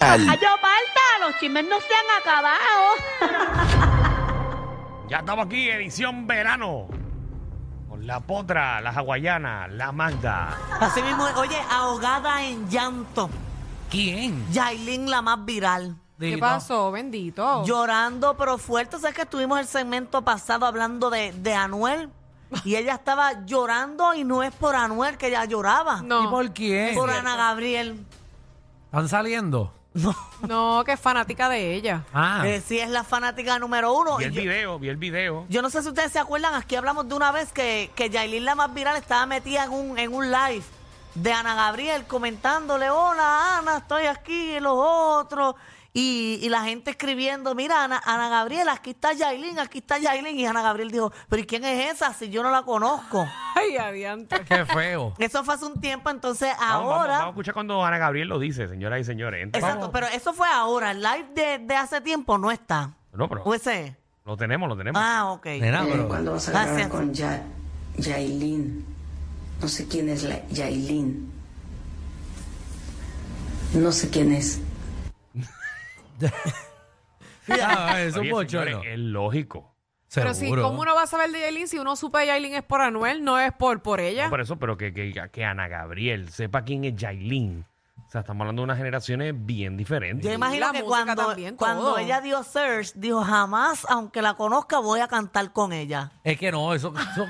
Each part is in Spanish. real. Ay, yo falta, los chismes no se han acabado. Ya estamos aquí, edición verano. Con la potra, la hawaiana, la Magda. Así mismo, oye, ahogada en llanto. ¿Quién? Yailin, la más viral. ¿Qué pasó, bendito? Llorando, pero fuerte. ¿Sabes que estuvimos el segmento pasado hablando de, de Anuel? Y ella estaba llorando y no es por Anuel que ella lloraba. ¿Y no, por quién? Por Ana Gabriel. ¿Están saliendo? no, que es fanática de ella. Ah, Que sí es la fanática número uno. Vi Y el yo- video, vi el video. Yo no sé si ustedes se acuerdan, aquí hablamos de una vez que, que Yailin la más viral estaba metida en un, en un live de Ana Gabriel comentándole, hola Ana, estoy aquí, y los otros. Y, y la gente escribiendo, mira Ana, Ana Gabriel, aquí está Yailin, aquí está Yailin. Y Ana Gabriel dijo, pero ¿y quién es esa si yo no la conozco? Ay, adiante. qué feo. Eso fue hace un tiempo, entonces Vamos, vamos, ahora... vamos a escuchar cuando Ana Gabriel lo dice, señoras y señores. Entra- Exacto, pero eso fue ahora, el live de, de hace tiempo no está. No, pero ¿O ese? lo tenemos, lo tenemos. Pues- Ah, ok. Nena, Eh, pero cuando sacaron Gracias. con Ya- Yailin. No sé quién es la Yailin. No sé quién es. Ah, es un Oye, señores, eh, bochorno. es lógico. Pero si, Seguro. ¿cómo uno va a saber de Yailin si uno supe de Yailin es por Anuel, no es por, por ella? No, por eso, pero que, que, que Ana Gabriel sepa quién es Yailin. O sea, estamos hablando de unas generaciones bien diferentes. Yo imagino la que música cuando, también, cuando todo. ella dio Search, dijo jamás, aunque la conozca, voy a cantar con ella. Es que no, eso eso-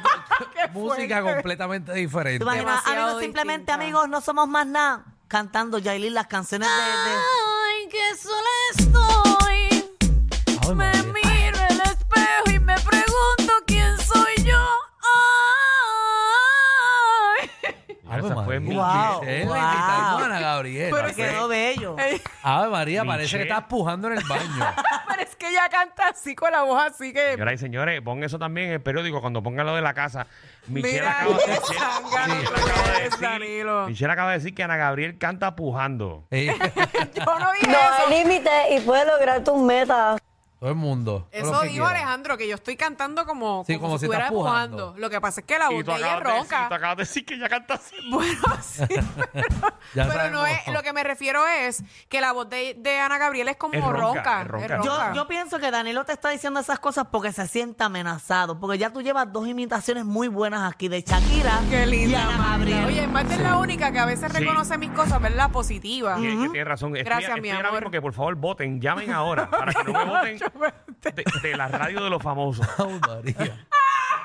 música completamente ¿Te diferente. imaginas? Demasiado Amigos, simplemente distinta. amigos, no somos más nada. Cantando Yailin las canciones de... de- Ay, que sola estoy. Ay, madre. miro el espejo y me pregunto quién soy yo. Ay. Señora, Ave esa fue María. Wow, Michelle, wow. invitando a Ana Gabriel. Pero Me quedó bello. Ave María, parece que Michelle. estás pujando en el baño. Pero es que ella canta así con la voz así que. Señoras y señores, pon eso también en el periódico cuando pongan lo de la casa. Michelle Mira, acaba, qué Michelle- zángano Michelle tú acaba de eres, decir- Danilo. Michelle acaba de decir que Ana Gabriel canta pujando. Eh, Yo no dije No eso. hay límite y puedes lograr tus metas. Todo el mundo. todo lo Eso que dijo quiera. Alejandro, que yo estoy cantando como, Sí, como si estuviera estás pujando. pujando. Lo que pasa es que la voz y tú de ella acabas, Ah, es de decir, tú acabas ronca. de decir que ella canta así. Bueno, sí, pero, Ya pero no sabemos. es, lo que me refiero es que la voz de, de Ana Gabriel es como Es ronca, ronca. es ronca. es Yo, ronca. yo pienso que Danilo te está diciendo esas cosas porque se siente amenazado. Porque ya tú llevas dos imitaciones muy buenas aquí de Shakira Qué y linda, Ana Magda. Gabriel. Oye, Marta es la única que a veces Sí. reconoce mis cosas, ¿verdad? Positiva. Y es que tiene razón. Estoy- Gracias, estoy mi ahora amor. mismo que por favor voten, llamen ahora para que no me voten de, de la radio de los famosos. Ave María.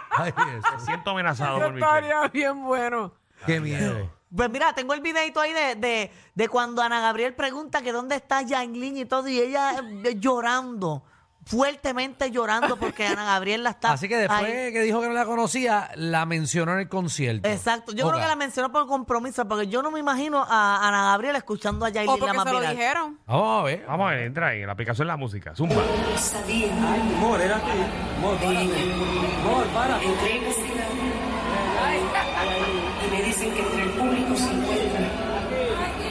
Ay, Jesús. Siento amenazado Yo por Michelle. estaría bien bueno. Qué miedo. Pues mira, tengo el videito ahí de, de, de cuando Ana Gabriel pregunta que dónde está Yailin y todo, y ella eh, llorando, fuertemente llorando porque Ana Gabriel la está... Así que después ahí. que dijo que no la conocía, la mencionó en el concierto. Exacto, yo Ok. creo que la mencionó por compromiso, porque yo no me imagino a Ana Gabriel escuchando a O Yailin la porque más se lo viral. dijeron. Vamos a ver. Vamos a ver, entra ahí, la aplicación de la música. Zumba. Entré en la ciudad. Y me dicen que entre el público se encuentra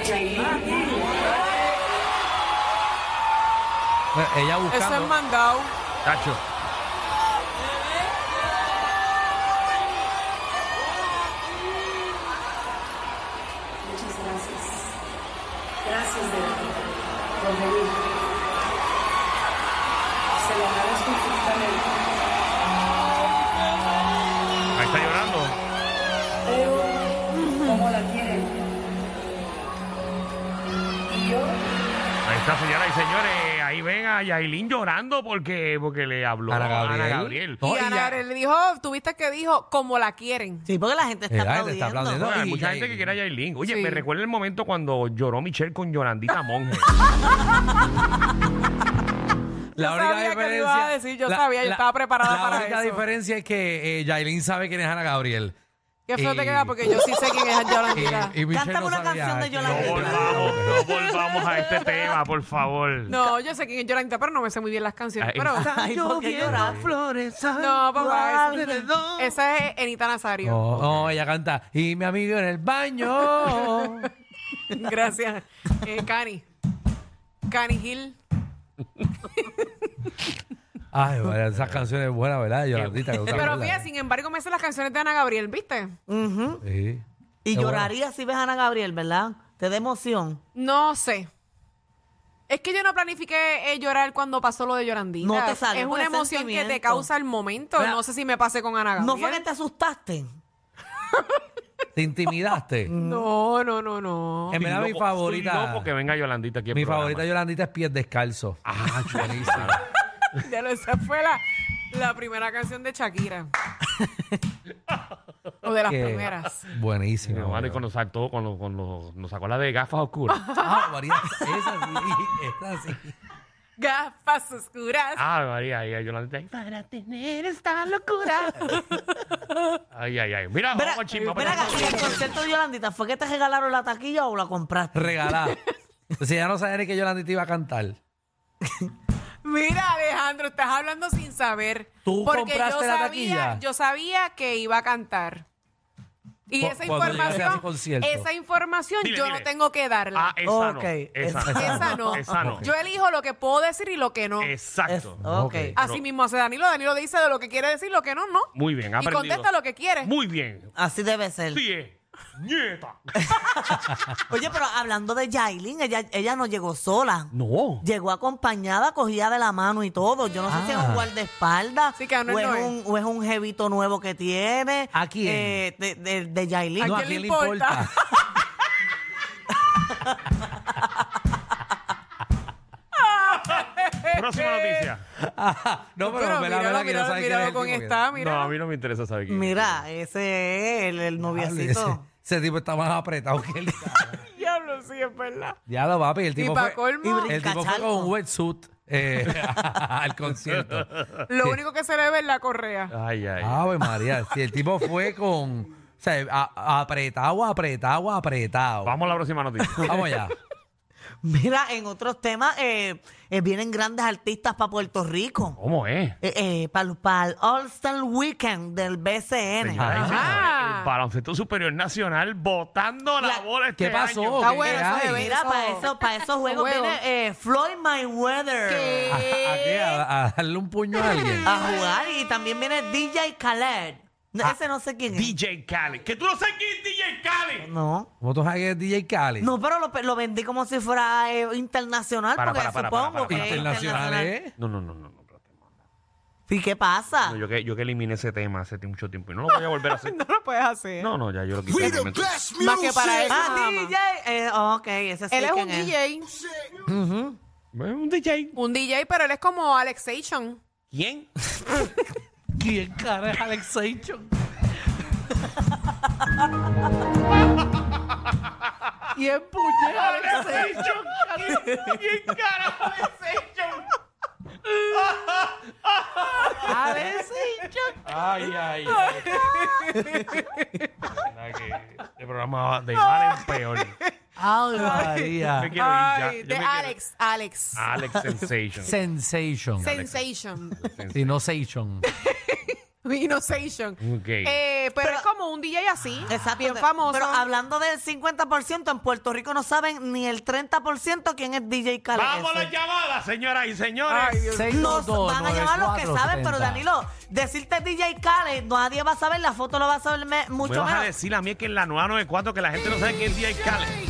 Yailin. Ella buscando. Eso es mandado. Cacho. Muchas gracias. Gracias de verdad por venir. Se lo agradezco infinitamente. Ahí está llorando. pero cómo la quieren. Y yo, Ahí está, señoras y señores. Ahí ven a Yailin llorando porque, porque le habló Ana Gabriel. Ana Gabriel. No, y y Ana ya- Gabriel le dijo, "Oh, tuviste que dijo, como la quieren. Sí, porque la gente está Eh, la gente aplaudiendo. está aplaudiendo. Bueno, hay Y mucha gente que Yailin. quiere a Yailin. Oye, Sí. me recuerda el momento cuando lloró Michelle con Yolandita Monge. La Yo sabía que le ibas a decir, yo sabía, yo estaba preparada la para única eso. diferencia es que eh, Yailin sabe quién es Ana Gabriel. Qué feo Y- te queda porque yo sí sé quién es Yolandita. Y, y Michelle Ah, Cántame no una sabía canción de quién- No Yolanda. volvamos, no volvamos a este tema, por favor. No, yo sé quién es Yolandita, pero no me sé muy bien las canciones. Ay, Pero, Ay, ¿por qué llorar? no, papá, esa, esa es Enita Nazario. No, no, ella canta. Y mi amigo en el baño. Gracias. Eh, Cani. Cani Gil. Ay, vaya, esas canciones buenas, ¿verdad? Yolandita. que tú te Pero acuerdas. fíjate, sin embargo, me sé las canciones de Ana Gabriel, ¿viste? Ujú. Sí. Y Qué bueno. lloraría si ves a Ana Gabriel, ¿verdad? Te da emoción. No sé. Es que yo no planifiqué eh, llorar cuando pasó lo de Llorandina. No te salió Es por una el emoción que te sentimiento. causa el momento. Mira, no sé si me pasé con Ana Gabriel. ¿No fue que te asustaste? ¿Te intimidaste? No, no, no, no. en verdad, Estoy mi loco- estoy favorita. loco que venga Yolandita aquí. al Mi programa. favorita Yolandita es pies descalzo. Ah, buenísimo. Ya lo- esa fue la, la primera canción de Shakira. o de las Que- primeras. Buenísimo. No, vale, cuando saltó, con los- con los- nos sacó la de gafas oscuras. Ah, María, esa sí, esa sí. Gafas oscuras. Ah, María, ahí ahí, Yolandita. ahí, Para tener esta locura. ay, ay, ay. Mira, Mira, vamos al chisme. mira acá, ¿y el concierto de Yolandita fue que te regalaron la taquilla o la compraste? Regalada. Si ya no sabía ni que Yolandita iba a cantar. Mira, Alejandro, estás hablando sin saber. ¿Tú porque compraste yo la sabía, taquilla? Yo sabía que iba a cantar. Y Cu- esa cuando llegaste a ese información, concierto. esa información Dile, yo dile. no tengo que darla. Ah, esa no. Ok, Esa, esa- esa no. Esa no. Yo elijo lo que puedo decir y lo que no. Es- Exacto. ok. Ok. Así mismo hace Danilo. Danilo dice de lo que quiere decir, lo que no, no. Muy bien, Y aprendido. contesta lo que quiere. Muy bien. Así debe ser. Sí, eh. nieta. Oye, pero hablando de Yailin, ella, ella no llegó sola. No. Llegó acompañada, cogida de la mano y todo. Yo no sé si es Ah. un guardaespaldas Sí, que no es o, es Noel. un, o es un jevito nuevo que tiene. ¿A quién? Eh, de, de, de Yailin. No, ¿A ¿a quién quién le le importa? importa? Próxima noticia. No, pero, Pero me la verdad míralo, que no míralo, sabe míralo quién es el con tipo que- esta, No, a míralo. mí no me interesa saber quién es. Mira, ese es el, el Hable, noviecito. Ese, ese tipo está más apretado que él. Diablo, sí, es verdad. ya lo papi, el Y tipo pa' fue, colmo, el tipo fue con Brincachalco. un wetsuit eh, al concierto. lo único que se le ve es la correa. Ay, ay. ay. Ave María, si el tipo fue con o sea, a- apretado, apretado, apretado. Vamos a la próxima noticia. Vamos ya. Mira, en otros temas eh, eh, vienen grandes artistas para Puerto Rico. Eh, ¿Cómo es? para el All Star Weekend del Señoras BCN. y señores, Ajá. El baloncesto superior nacional botando la, La- bola este ¿Qué pasó? año. Está ¿Qué bueno, eso hay? se ve. Mira, para eso, para esos juegos juegos. viene eh, Floyd Mayweather ¿A, a qué? ¿A- a darle un puño a alguien. a jugar y también viene DJ Khaled. Ah, No, ese no sé quién es. DJ Cali. Que tú no sabes quién es DJ Cali. No. ¿Cómo tú sabes que es DJ Cali? No, pero lo, lo vendí como si fuera eh, internacional, Para, porque para, para, supongo para, para, que para, es Internacional, internacional. ¿eh? No, no, no, no. no, espérate, manda. ¿Y qué pasa? No, yo, que, yo que eliminé ese tema hace mucho tiempo y no lo voy a volver a hacer. No lo puedes hacer. No, no, ya yo lo quité. de momento. Más que para eso. ah, nada más. DJ. Eh, ok, ese sí Él es quién un DJ. Es Un DJ. Un DJ, pero él es como Alex Station. ¿Quién? ¿Quién cara es Alex Seixon? Y es puñal. ¿Quién carajo es hecho? Alex Station. Ay, ay, ay. Verdad que Este programa va de mal en peor. Ave María. Me quiero ir ya. Ay, Yo de me Ah, quiero- Alex. Alex. Alex Sensation. Sensation. Sensation. Y no Seixon. Innovation. Ok. Eh, pero, es como un DJ así. Exacto. Bien de- famoso. Pero hablando del 50%, en Puerto Rico no saben ni el 30% quién es DJ Khaled. Vamos a ese. las llamadas, señoras y señores. Nos van a llamar los que saben, pero Danilo, decirte DJ Khaled, nadie va a saber, la foto lo va a saber me- Me mucho vas a menos. decir a mí que en la 994 que la gente no sabe quién es DJ Khaled.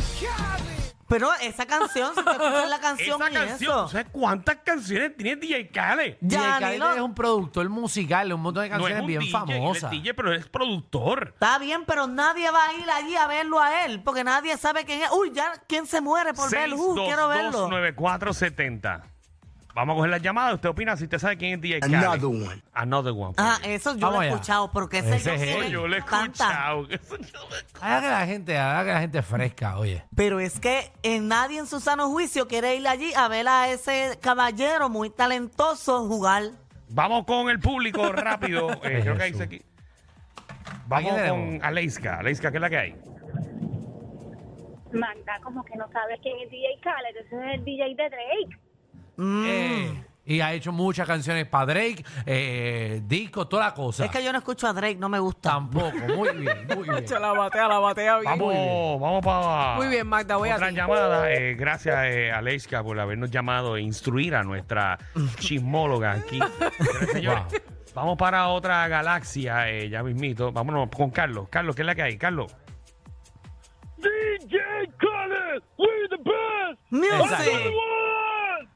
Pero esa canción, si te escuchas la canción Esa y canción, ¿tú eso. ¿sabes cuántas canciones tiene DJ Khaled? DJ Ya, Khaled Danilo, es un productor musical, un montón de canciones bien DJ, él es famosas. DJ, pero es productor. Está bien, pero nadie va a ir allí a verlo a él, porque nadie sabe quién es. Uy, ya, ¿quién se muere por verlo? Uh, quiero verlo. 9470 Vamos a coger las llamadas. ¿Usted opina si usted sabe quién es DJ Khaled? Another one. Another one. Ah, eso yo Vamos lo he allá. escuchado, porque ese, Ese es yo, él. yo lo he Canta. escuchado. Eso yo lo he escuchado. Haga que la gente, haga que la gente fresca, oye. Pero es que eh, nadie en su sano juicio quiere ir allí a ver a ese caballero muy talentoso jugar. Vamos con el público rápido. Eh, creo que Jesús. dice aquí. Vamos Aquí tenemos. con Aleiska. Aleiska, ¿qué es la que hay? Magda como que no sabes quién es DJ Khaled, ese es el DJ de Drake. Mm. Eh, y ha hecho muchas canciones para Drake, eh, discos, toda la cosa. es que yo no escucho a Drake, no me gusta. Tampoco, muy bien, muy bien. Se la batea, la batea bien. Vamos, Oh, vamos para. Muy bien, Magda, voy a Otra ti. llamada. Eh, gracias, eh, Aleiska, por habernos llamado e instruir a nuestra chismóloga aquí. Señores, señores, Wow. Vamos para otra galaxia, eh, ya mismito. Vámonos con Carlos. Carlos, ¿qué es la que hay? Carlos. DJ Khaled, we the best. Music. Exacto.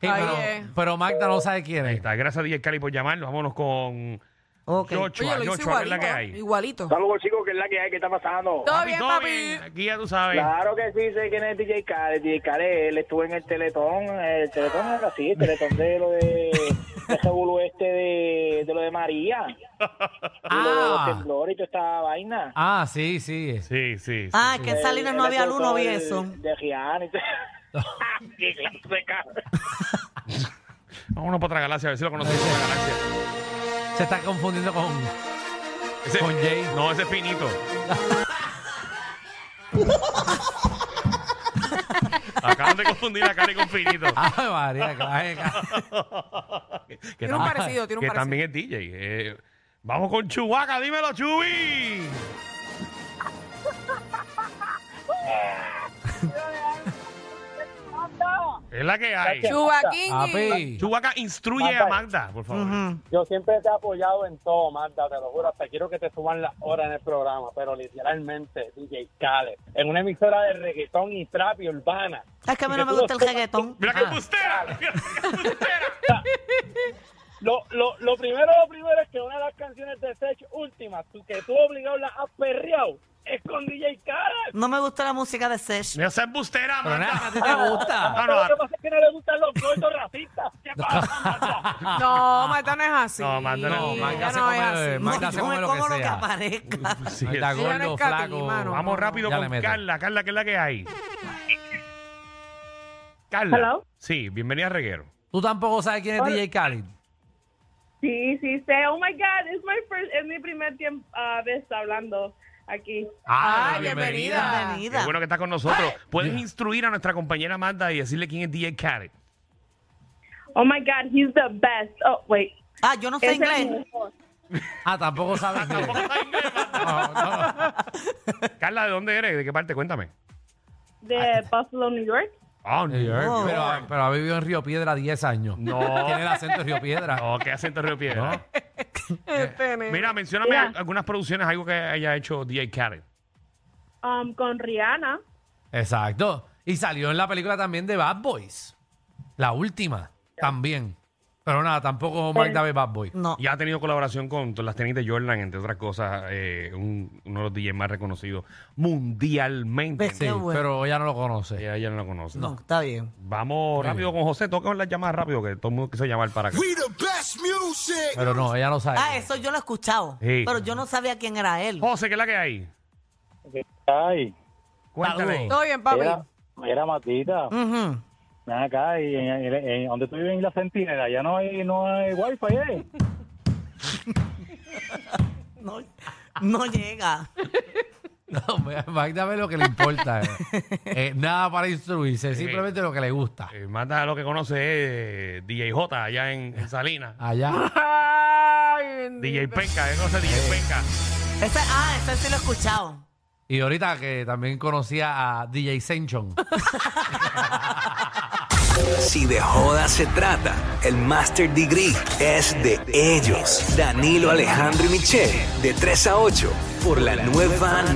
Sí, Ahí pero, eh. es. pero Magda no sabe quién Ahí es. está. Gracias, DJ Cali, por llamarnos. Vámonos con Ok. Yochua. Oye, lo hice Yochua, ¿qué es la que igualito. hay? Igualito. Saludos chicos, que es la que hay, que está pasando. Todo bien, todo bien. papi. Aquí ya tú sabes. Claro que sí, sé quién es DJ Khaled. DJ Khaled, él estuvo en el Teletón, el Teletón era así, el Teletón de lo de ese bulu este de, de lo de María, y lo de los Ah, temblores y toda esta vaina. ah, sí, sí. Sí, sí. sí. Ah, es que en Salinas no Él había luz, no acusó había de- eso. De Rihanna y todo. Qué clase de cabrón. Vámonos para otra galaxia, a ver si lo conocemos en otra galaxia. Se está confundiendo con. Ese- Con Jay. No, ese es finito. Acaban de confundir a Cali con finito. Ay, María, cae, cae. Ah, que Tiene un tam- parecido, tiene un que parecido. también es DJ. eh. vamos con Chubaca, dímelo, Chubi. es la que hay. Chubaquinqui. Papi. Chubaca instruye a Magda, por favor. Yo siempre te he apoyado en todo, Marta, te lo juro. Hasta quiero que te suban las horas en el programa, pero literalmente, DJ Khaled, en una emisora de reggaetón y trap y urbana. Es que a mí no me gusta el reggaetón. Mira Ah. que embustera. Mira que embustera. Lo, lo, lo primero, lo primero es que una de las canciones de Sech últimas, tú- que tú obligado la has perreado, es con DJ Khaled. No me gusta la música de Sesh. No seas embustera, Pero nada, a Magda. ti te gusta. Ah, Pero no, lo que pasa es que no le gustan los gordos racistas. ¿Qué pasa, Marta? No, Marta no es así. No, Marta no. Ella Magda se no es come- así. Magda No, se yo come me lo que como lo que sea. aparezca. Sí, es. Ahí está Ella no gordo, es Katy, flaco. mano. Vamos. Vamos rápido Ya le con meto. Carla. Carla, ¿qué es la que hay? Carla. Hello. Sí, bienvenida a Reguero. Tú tampoco sabes quién es DJ Khaled. Sí, sí, sé. Oh my God, it's my first, es mi primer tiempo ah, vez hablando aquí. Ah, Ay, bienvenida. Qué Bienvenida. bueno que estás con nosotros. Puedes instruir a nuestra compañera Magda y decirle quién es DJ Khaled. Oh my God, he's the best. Oh, wait. Ah, yo no Es sé el inglés. mejor. Ah, tampoco sabes quién es. Carla, ¿de dónde eres? ¿De qué parte? Cuéntame. De Buffalo, New York. Oh, New York. Oh. Pero, pero ha vivido en Río Piedra 10 años. No. Tiene el acento de Río Piedra. No, qué acento Río Piedra. Este nene. Mira, mencióname Eh, Mira. algunas producciones, algo que haya hecho DJ Khaled. Um, con Rihanna. Exacto. Y salió en la película también de Bad Boys. La última. También. Pero nada, tampoco Eh, Magda ve Bad Boy. No. Y ha tenido colaboración con las tenis de Jordan, entre otras cosas, eh, un- uno de los DJs más reconocidos mundialmente. Pues Ves. Sí, Qué bueno. Eh, pero ella no lo conoce. Ella, ella no la conoce. No, está bien. Vamos rápido con José, toca las llamadas rápido, que todo el mundo quiso llamar para acá. Pero no, ella no sabe. Ah, eso yo lo he escuchado. Sí. Oh. Pero yo no sabía quién era él. José, ¿qué es la que hay? Ay, Cuéntale. Todo bien, papi. era, era Matita. Ujú. Ven acá, y en, en- en- donde tú vives en la Centinela, ya no hay, no hay wifi, ¿eh? No, no llega. No, pues, Magda ve lo que le importa. eh. Eh, nada para instruirse, simplemente lo que le gusta. Eh, manda lo que conoce eh, DJ J allá en, en Salinas. Ah. Allá. Ay, bendito. DJ Penca, ¿qué conoce DJ Penca? Ese, ah, ese sí lo he escuchado. Y ahorita que también conocía a DJ Senchon. Si de joda se trata, el Master Degree es de ellos. Danilo Alejandro y Michelle, de 3 a 8, por la nueva